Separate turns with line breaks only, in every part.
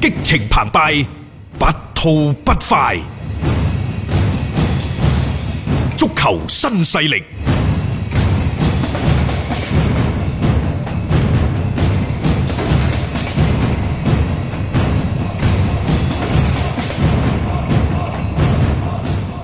激情澎湃，不吐不快。足球新勢力。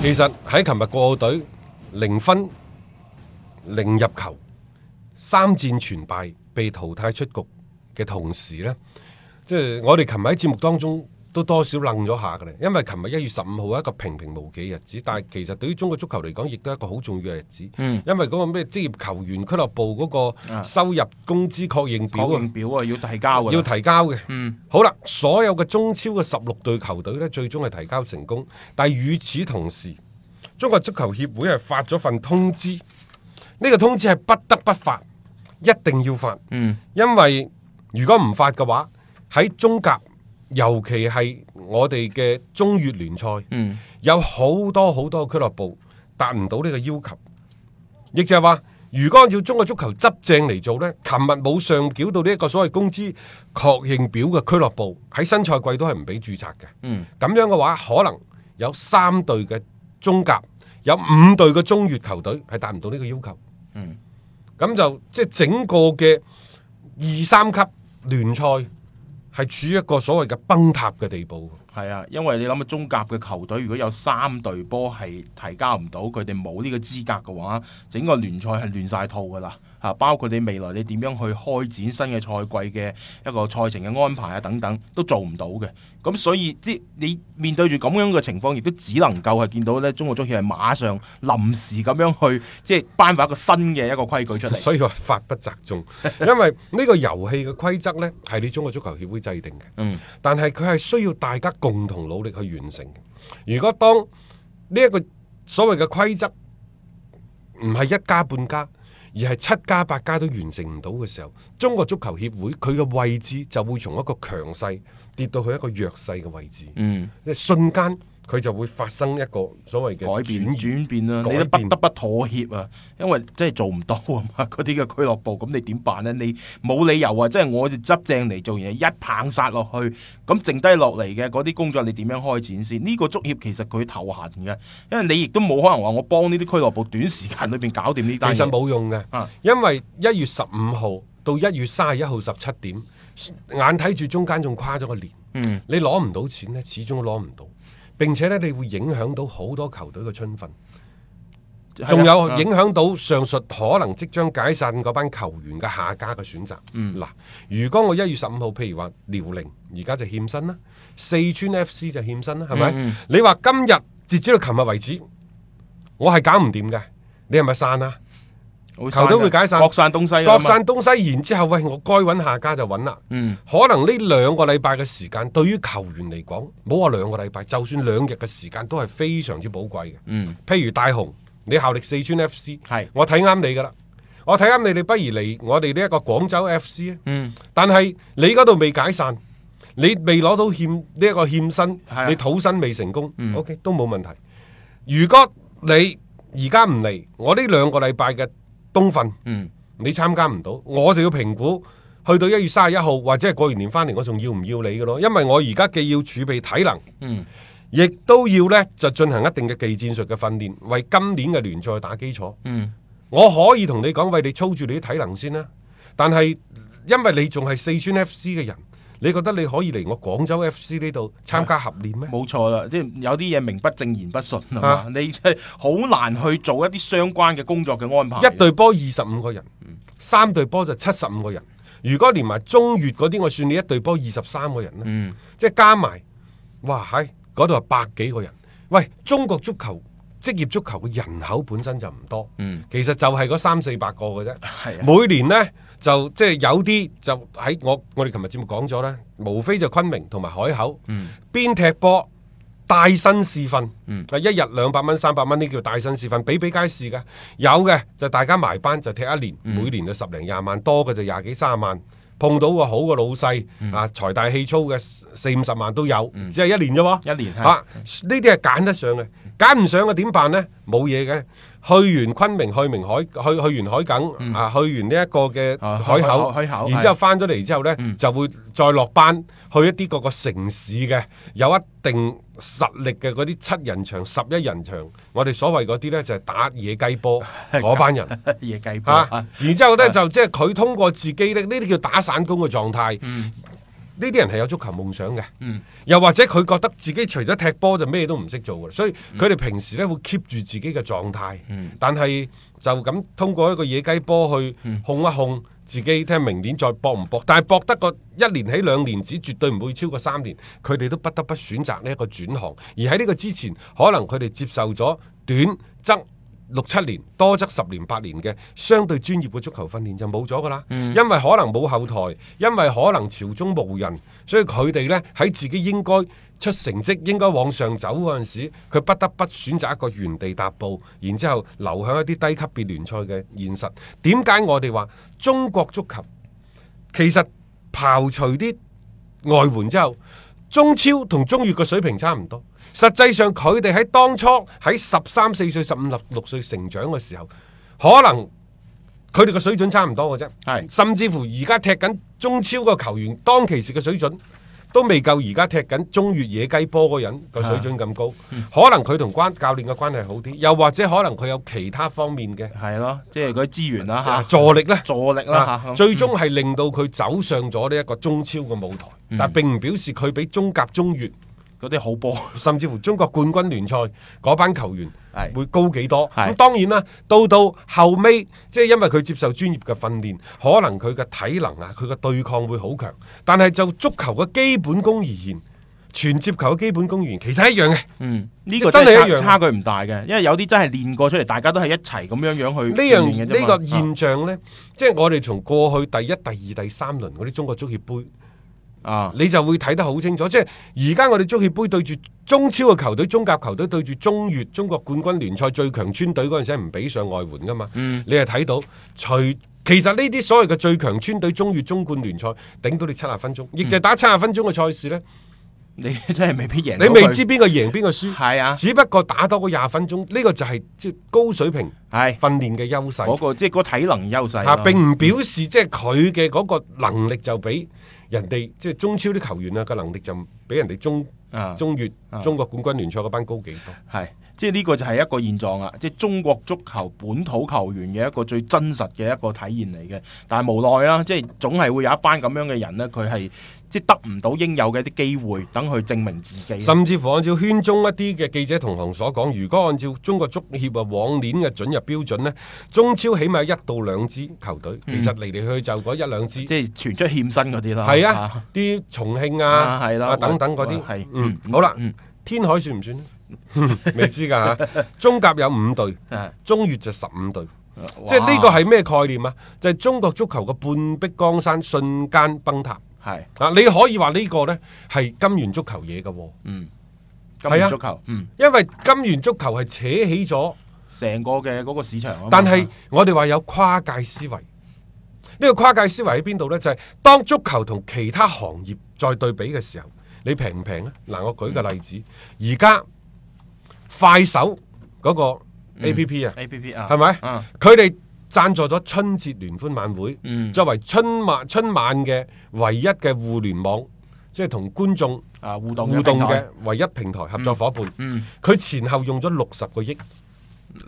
其實喺琴日國奧隊零分、零入球、三戰全敗，被淘汰出局嘅同時呢，即係我哋琴日喺節目當中都多少愣咗下嘅咧，因為琴日一月十五號係一個平平無奇嘅日子，但係其實對於中國足球嚟講，亦都係一個好重要嘅日子，
嗯
因為嗰個咩職業球員俱樂部嗰個收入工資確認表
啊確
啊
認表啊，要提交㗎啦
要提交嘅。嗯好啦，所有嘅中超嘅十六隊球隊呢，最終係提交成功。但係與此同時，中國足球協會係發咗份通知，呢、個通知係不得不發，一定要發。
嗯，
因為如果唔發嘅話，喺中甲，尤其係我哋嘅中乙聯賽，
嗯
有好多好多俱樂部達唔到呢個要求。亦就係話，如果按照中國足球執正嚟做呢，琴日冇上繳到呢一個所謂工資確認表嘅俱樂部喺新賽季都係唔俾註冊嘅。
嗯，
咁樣嘅話，可能有三隊嘅中甲，有五隊嘅中乙球隊係達唔到呢個要求。
嗯，
咁就即係整個嘅二三級聯賽係處於一個所謂嘅崩塌嘅地步。
係啊，因為你諗下中甲嘅球隊，如果有三隊波係提交唔到，佢哋冇呢個資格嘅話，整個聯賽係亂晒套㗎啦。啊，包括你未來你點樣去開展新嘅賽季嘅一個賽程嘅安排啊，等等都做唔到嘅。咁所以即你面對住咁樣嘅情況，亦都只能夠係見到咧，中國足協係馬上臨時咁樣去即係頒發一個新嘅一個規矩出嚟。
所以話法不責眾，因為呢個遊戲嘅規則呢，係你中國足球協會制定嘅，
嗯
但係佢係需要大家共同努力去完成嘅。如果當呢一個所謂嘅規則唔係一加半加，而係七加八加都完成唔到嘅時候，中國足球協會佢嘅位置就會從一個強勢跌到去一個弱勢嘅位置，
嗯。
即係瞬間佢就會發生一個所謂嘅
改變
轉移。
轉變啦，
改
你都
變
不得不妥協啊，因為真係做唔到啊嘛， 嗰啲嘅俱樂部，咁你點辦呢？你冇理由啊，即係我就執正嚟做嘢，一棒殺落去，咁剩低落嚟嘅嗰啲工作你點樣開展先？呢、個足協其實佢頭痕嘅，因為你亦都冇可能話我幫呢啲俱樂部短時間裏邊搞掂呢單
其實
嘢。
冇用嘅，
啊
因為一月十五號到一月三十一號十七點，眼睇住中間仲跨咗個年，
嗯
你攞唔到錢呢，始終攞唔到。並且呢，你會影響到好多球隊嘅春訓，
係啊
仲有
啊
影響到上述可能即將解散嗰班球員嘅下家嘅選擇。嗱、
嗯
如果我一月十五號，譬如話遼寧而家就欠薪啦，四川 FC 就欠薪啦，係咪？
嗯嗯
你話今日截止到琴日為止，我係搞唔掂嘅，你係咪散啊？
會
球隊會解散
各散啊東西啦
各
嘛
散東西，然之後，喂，我該揾下家就揾啦。
嗯
可能呢兩個禮拜嘅時間，對於球員嚟講，冇話兩個禮拜，就算兩日嘅時間都係非常之寶貴嘅。
嗯
譬如大雄，你效力四川 FC，
係
我睇啱你噶啦，我睇啱你，你不如嚟我哋呢一個廣州 FC 啊。
嗯
但係你嗰度未解散，你未攞到欠呢一個欠薪
係啊，嗯
你土薪未成功、o k 都冇問題。如果你而家唔嚟，我呢兩個禮拜嘅冬訓。
嗯
你參加唔到，我就要評估去到一月三十一號或者係過完年翻嚟，我仲要唔要你嘅咯？因為我而家既要儲備體能，
嗯
亦都要呢就進行一定嘅技戰術嘅訓練，為今年嘅聯賽打基礎。
嗯
我可以同你講，喂，你操住你啲體能先啦。但係因為你仲係四川 FC 嘅人，你覺得你可以嚟我廣州 FC 呢度參加合練咩？
冇錯啦，即係有啲嘢名不正言不順啊嘛
啊，
你係好難去做一啲相關嘅工作嘅安排。
一隊波二十五個人，
嗯
三隊波就七十五個人。如果連埋中越嗰啲，我算你一隊波二十三個人啦。
嗯
即係加埋，哇喺嗰度係百幾個人。喂，中國足球職業足球嘅人口本身就唔多，
嗯，
其實就係嗰三四百個嘅啫。
係啊，
每年呢，就即係有啲就喺我我哋琴日節目講咗啦，無非就昆明同埋海口，
嗯
邊踢波帶薪試訓，
嗯
啊一日兩百蚊三百蚊呢叫帶薪試訓，比比皆是㗎。有嘅就大家埋班就踢一年，
嗯
每年就十零廿萬，多嘅就廿幾三十萬。碰到個好嘅老細、
嗯
啊，財大氣粗嘅四五十萬都有，只係一年啫喎。
一年係
啊，呢啲係揀得上嘅，揀唔上嘅點辦呢？冇嘢嘅，去完昆明，去明海，去去完海埂，啊，去完呢一個嘅
嗯啊
海口，
海口
然
係嗯
之後翻咗嚟之後呢，就會再落班去一啲各個城市嘅有一定實力嘅嗰啲七人場、十一人場，我哋所謂嗰啲呢，就係打野雞 波嗰班人。
嘢計波
吓、
啊
然之後咧就即係佢通過自己咧，呢啲叫打散工嘅狀態。
嗯
呢啲人係有足球夢想嘅，又或者佢覺得自己除咗踢波就咩都唔識做嘅，所以
嗯
佢哋平時咧會 keep 住自己嘅狀態，但係就咁通過一個野雞波去
嗯
控一控自己，睇下明年再搏唔搏。但係搏得個一年起兩年止，絕對唔會超過三年。佢哋都不得不選擇呢一個轉行，而喺呢個之前，可能佢哋接受咗短則。六七年多則十年八年嘅相對專業嘅足球訓練就冇咗㗎啦，因為可能冇後台，因為可能朝中無人，所以佢哋呢喺自己應該出成績、應該往上走嗰陣時，佢不得不選擇一個原地踏步，然之後流向一啲低級別聯賽嘅現實。點解我哋話中國足球其實刨除啲外援之後，中超同中乙嘅水平差唔多。實際上佢哋喺當初喺十三四歲、十五六六歲成長嘅時候，可能佢哋嘅水準差唔多嘅啫。
係
甚至乎而家踢緊中超個球員當其時嘅水準。都未夠而家踢緊中越野雞波嗰人個水準咁高，可能佢同關教練嘅關係好啲，又或者可能佢有其他方面嘅
係咯，即係嗰啲資 源啦
啊
吓，
助力呢。
助力啦吓，
啊最終
嗯
係令到佢走上咗呢一個中超嘅舞台，但並唔表示佢比中甲、中乙，
嗰啲好波
甚至乎中國冠軍聯賽嗰班球員
係
會高幾多。
係
咁當然啦，到到後尾，即係因為佢接受專業嘅訓練，可能佢嘅體能啊，佢嘅對抗會好強。但係就足球嘅基本功而言，傳接球嘅基本功而言，其實係一樣嘅。
嗯，呢個
真
真
係一
係
樣
差差距唔大嘅，因為有啲真係練過出嚟，大家都係一齊咁樣樣去
呢樣
練嘅
呢
啫嘛啊
個現象呢，即係我哋從過去第一、第二、第三輪嗰啲中國足協杯。
啊
你就會睇得好清楚。即係而家我哋足協杯對住中超嘅球隊、中甲球隊對住中乙、中國冠軍聯賽最強村隊嗰陣時，係唔俾上外援噶嘛？你係睇到，除其實呢啲所謂嘅最強村隊、中乙、中冠聯賽，頂到你七十分鐘，亦就係打七十分鐘嘅賽事呢，
你 真係未必贏到
你
佢，
未知邊個贏邊個輸。
係啊，
只不過打多嗰廿分鐘，呢、個就係即係高水平
係
訓練嘅優勢。
嗰個即係嗰個體能優勢
啊，
咯
並唔表示即係佢嘅嗰個能力就比人哋即係中超啲球員啊嘅能力就比人哋中
啊
中越
啊
中國冠軍聯賽嗰班高幾多？
係，即係呢個就係一個現狀啦，啊即係中國足球本土球員嘅一個最真實嘅一個體現嚟嘅。但係無奈啦，即係總係會有一班咁樣嘅人呢，佢係即係得唔到應有嘅一啲機會，等佢證明自己。啊
甚至乎按照圈中一啲嘅記者同行所講，如果按照中國足協啊往年嘅準入標準呢，中超起碼一到兩支球隊，
嗯
其實嚟嚟去去就嗰一兩支。
即係傳出欠薪嗰啲啦，
係啊，啲重慶啊，
嗯啊係啦
啊等等嗰
我
啲，
係
嗯，
嗯
好啦
嗯，
天海算唔算呢？ 未知㗎 嚇，中甲有五隊
啊，
中乙就十五隊。
啊，
即係呢個
哇
係咩概念啊？就係、中國足球嘅半壁江山瞬間崩塌
係
啊！你可以話呢個呢係金元足球嘢嘅喎，
嗯，金
係啊
融足球嗯，
因為金元足球係扯起咗，
成個嘅嗰個市場啊嘛。
但係我哋話有跨界思維。呢、個跨界思維喺邊度呢？就係、當足球同其他行業再對比嘅時候，你平唔平啊？嗱，我舉個例子，而家、快手嗰個 A P P 啊。
A P P 啊，
係咪
啊？
佢哋贊助咗春節聯歡晚會，
嗯
作為春晚春晚嘅唯一嘅互聯網，即係同觀眾
啊，互動
互動
動
嘅唯一平台合作伙伴。
嗯
佢前後用咗六十個億，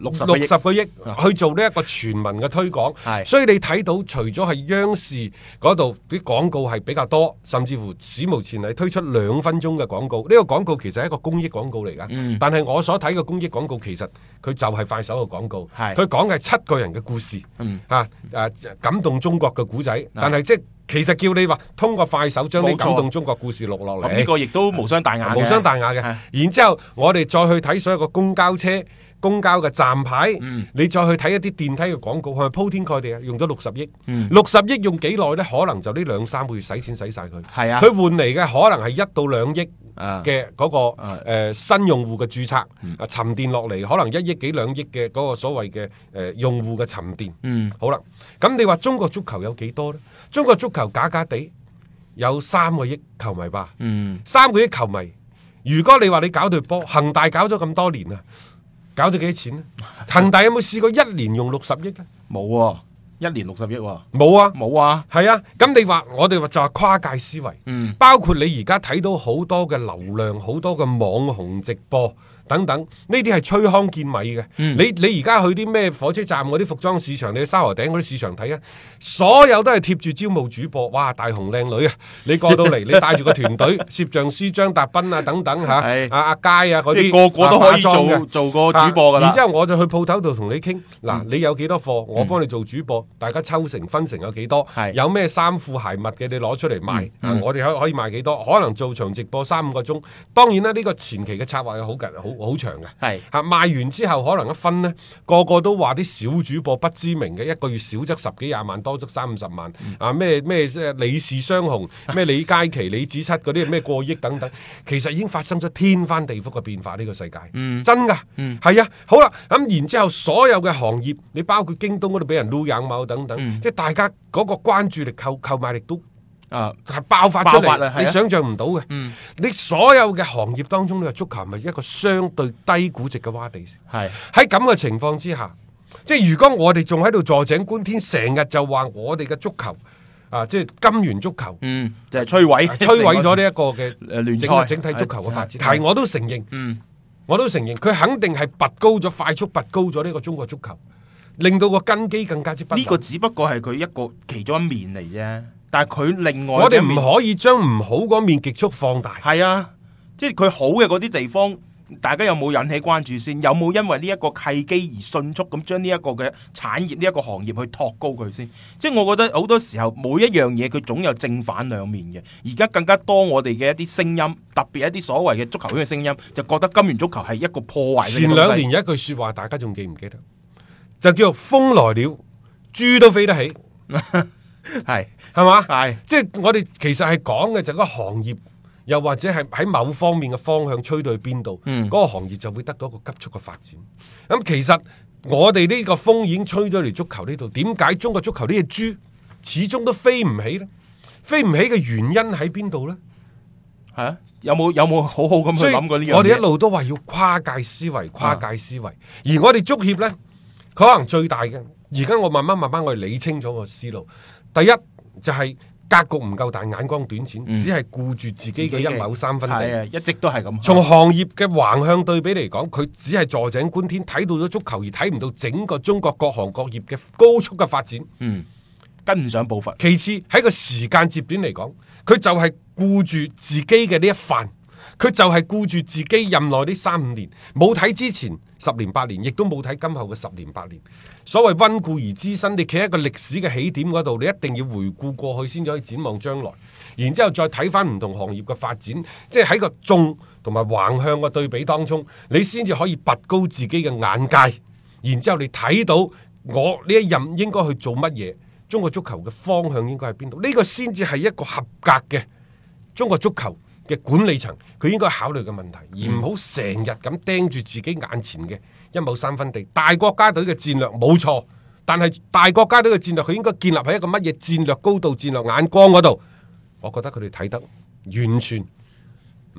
六十
六十
億
個億
啊
去做呢一個全民嘅推廣，
係
所以你睇到除咗係央視嗰度啲廣告係比較多，甚至乎史無前例推出兩分鐘嘅廣告。呢、個廣告其實係一個公益廣告嚟㗎，
嗯
但係我所睇嘅公益廣告其實佢就係快手嘅廣告，
係
佢講嘅係七個人嘅故事，
嗯
啊啊感動中國嘅故仔，但係即係其實叫你話通過快手將啲
冇錯
感動中國故事錄落嚟
咁。呢個亦都無傷大雅嘅，
無傷大雅嘅
係。
然之後，我哋再去睇所有個公交車、公交嘅站牌，你再去睇一啲電梯嘅廣告，係咪鋪天蓋地啊？用咗六十億，六十億用幾耐呢？可能就呢兩三個月使錢使晒佢。
係啊
佢換嚟嘅可能係一到兩億。
啊
嘅嗰個
啊
誒新用戶嘅註冊啊沉澱落嚟，可能一億幾兩億嘅嗰個所謂嘅誒用戶嘅沉澱。
嗯
好啦，咁你話中國足球有幾多呢？中國足球假假地有三個億球迷吧。
嗯。
三個億球迷，如果你話你搞隊波，恒大搞咗咁多年啊，搞咗幾多錢呢？恒大有冇試過一年用六十億咧？
冇喎，一年六十億喎，
冇啊，
冇啊，
係啊。咁你話我哋話就係跨界思維，
嗯
包括你而家睇到好多嘅流量、好多嘅網紅直播等等，呢啲係吹康見米嘅。
嗯
你你而家去啲咩火車站嗰啲服裝市場，你去沙河頂嗰啲市場睇啊，所有都係貼住招募主播，哇！大紅靚女啊，你過到 嚟，你帶住個團隊，攝像師張達斌啊等等嚇，
係
阿阿佳啊嗰
即係
啲，
個個都
啊
可以
化妝嘅
做做個主播㗎啦嗯
啊然之後我就去鋪頭度同你傾，嗱，你有幾多貨，我幫你做主播，大家抽成分成有幾多
係，
有咩衫褲鞋襪嘅你攞出嚟賣，
嗯
啊我哋可可以賣幾多？可能做場直播三五個鐘，當然啦，呢個前期嘅策劃係好緊好好長嘅。
係
嚇賣完之後，可能一分呢個個都話啲小主播不知名嘅，一個月少則十幾廿萬，多則三五十萬。
嗯
啊咩咩呃李氏雙 雄，咩李佳琦、李子柒嗰啲咩過億等等，其實已經發生咗天翻地覆嘅變化呢、個世界。
嗯
真㗎，係、
嗯
啊。好啦，咁然之後所有嘅行業，你包括京東嗰度俾人擼眼某等等，
嗯
即係大家嗰個關注力、購購買力都
啊，
係爆發出
爆發啦
嚟，
係啊
你想象唔到嘅。
嗯
你所有嘅行業當中，你話足球係咪一個相對低估值嘅洼地？
係
喺咁嘅情況之下，即係如果我哋仲喺度坐井觀天，成日就話我哋嘅足球啊，即係金元足球
嗯，就係摧毀
啊摧毀咗呢一個嘅
誒聯
整個
賽
整體足球嘅發展。
係
但係我都承認，
嗯
我都承認佢肯定係拔高咗、快速拔高咗呢個中國足球，令到個根基更加之不
呢
穩。
個只不過係佢一個其中一面嚟啫，但係佢另外
我哋
嘅一面
唔可以將唔好嗰面極速放大。
係啊，即係佢好嘅嗰啲地方，大家有冇引起關注先？有冇因為呢一個契機而迅速咁將呢一個嘅產業、呢、一個行業去托高佢先？即係我覺得好多時候每一樣嘢佢總有正反兩面嘅。而家更加多我哋嘅一啲聲音，特別一啲所謂嘅足球圈嘅聲音，就覺得金元足球係一個破壞性嘅
前兩
東西
年有一句説話，大家仲記唔記得？就叫做風來了，豬都飛得起，
係
係嘛？
係
即係我哋其實係講嘅就係嗰個行業，又或者係喺某方面嘅方向吹到去邊度，嗰、
嗯
個行業就會得到一個急速嘅發展。咁、其實我哋呢個風已經吹咗嚟足球呢度，點解中國足球呢只豬始終都飛唔起呢？飛唔起嘅原因喺邊度呢？
係啊，有冇有冇好好咁去
所以
諗過呢樣嘢？啊
我哋一路都話要跨界思維，跨界思維。而我哋足協呢，佢可能最大嘅，而家我慢慢慢慢我哋理清楚個思路。第一就係格局唔夠大，眼光短淺，
嗯
只係顧住自己嘅一畝三分
係
地。
啊，一直都係咁。
從行業嘅橫向對比嚟講，佢只係坐井觀天，睇到咗足球而睇唔到整個中國各行各業嘅高速嘅發展。
嗯跟唔上步伐。
其次喺個時間節點嚟講，佢就係顧住自己嘅呢一飯，佢就係顧住自己任內呢三五年，冇睇之前十年八年，亦都冇睇今後嘅十年八年。所謂温故而知新，你企喺一個歷史嘅起點嗰度，你一定要回顧過去先至可以展望將來，然之後再睇翻唔同行業嘅發展，即係喺個縱同埋橫向嘅對比當中，你先至可以拔高自己嘅眼界。然之後你睇到我呢一任應該去做乜嘢，中國足球嘅方向應該喺邊度？呢、個先至係一個合格嘅中國足球嘅管理層，佢應該考慮嘅問題，而唔好成日咁盯住自己眼前嘅一畝三分地。大國家隊嘅戰略冇錯，但係大國家隊嘅戰略佢應該建立喺一個乜嘢戰略高度、戰略眼光嗰度？我覺得佢哋睇得完全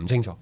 唔清楚。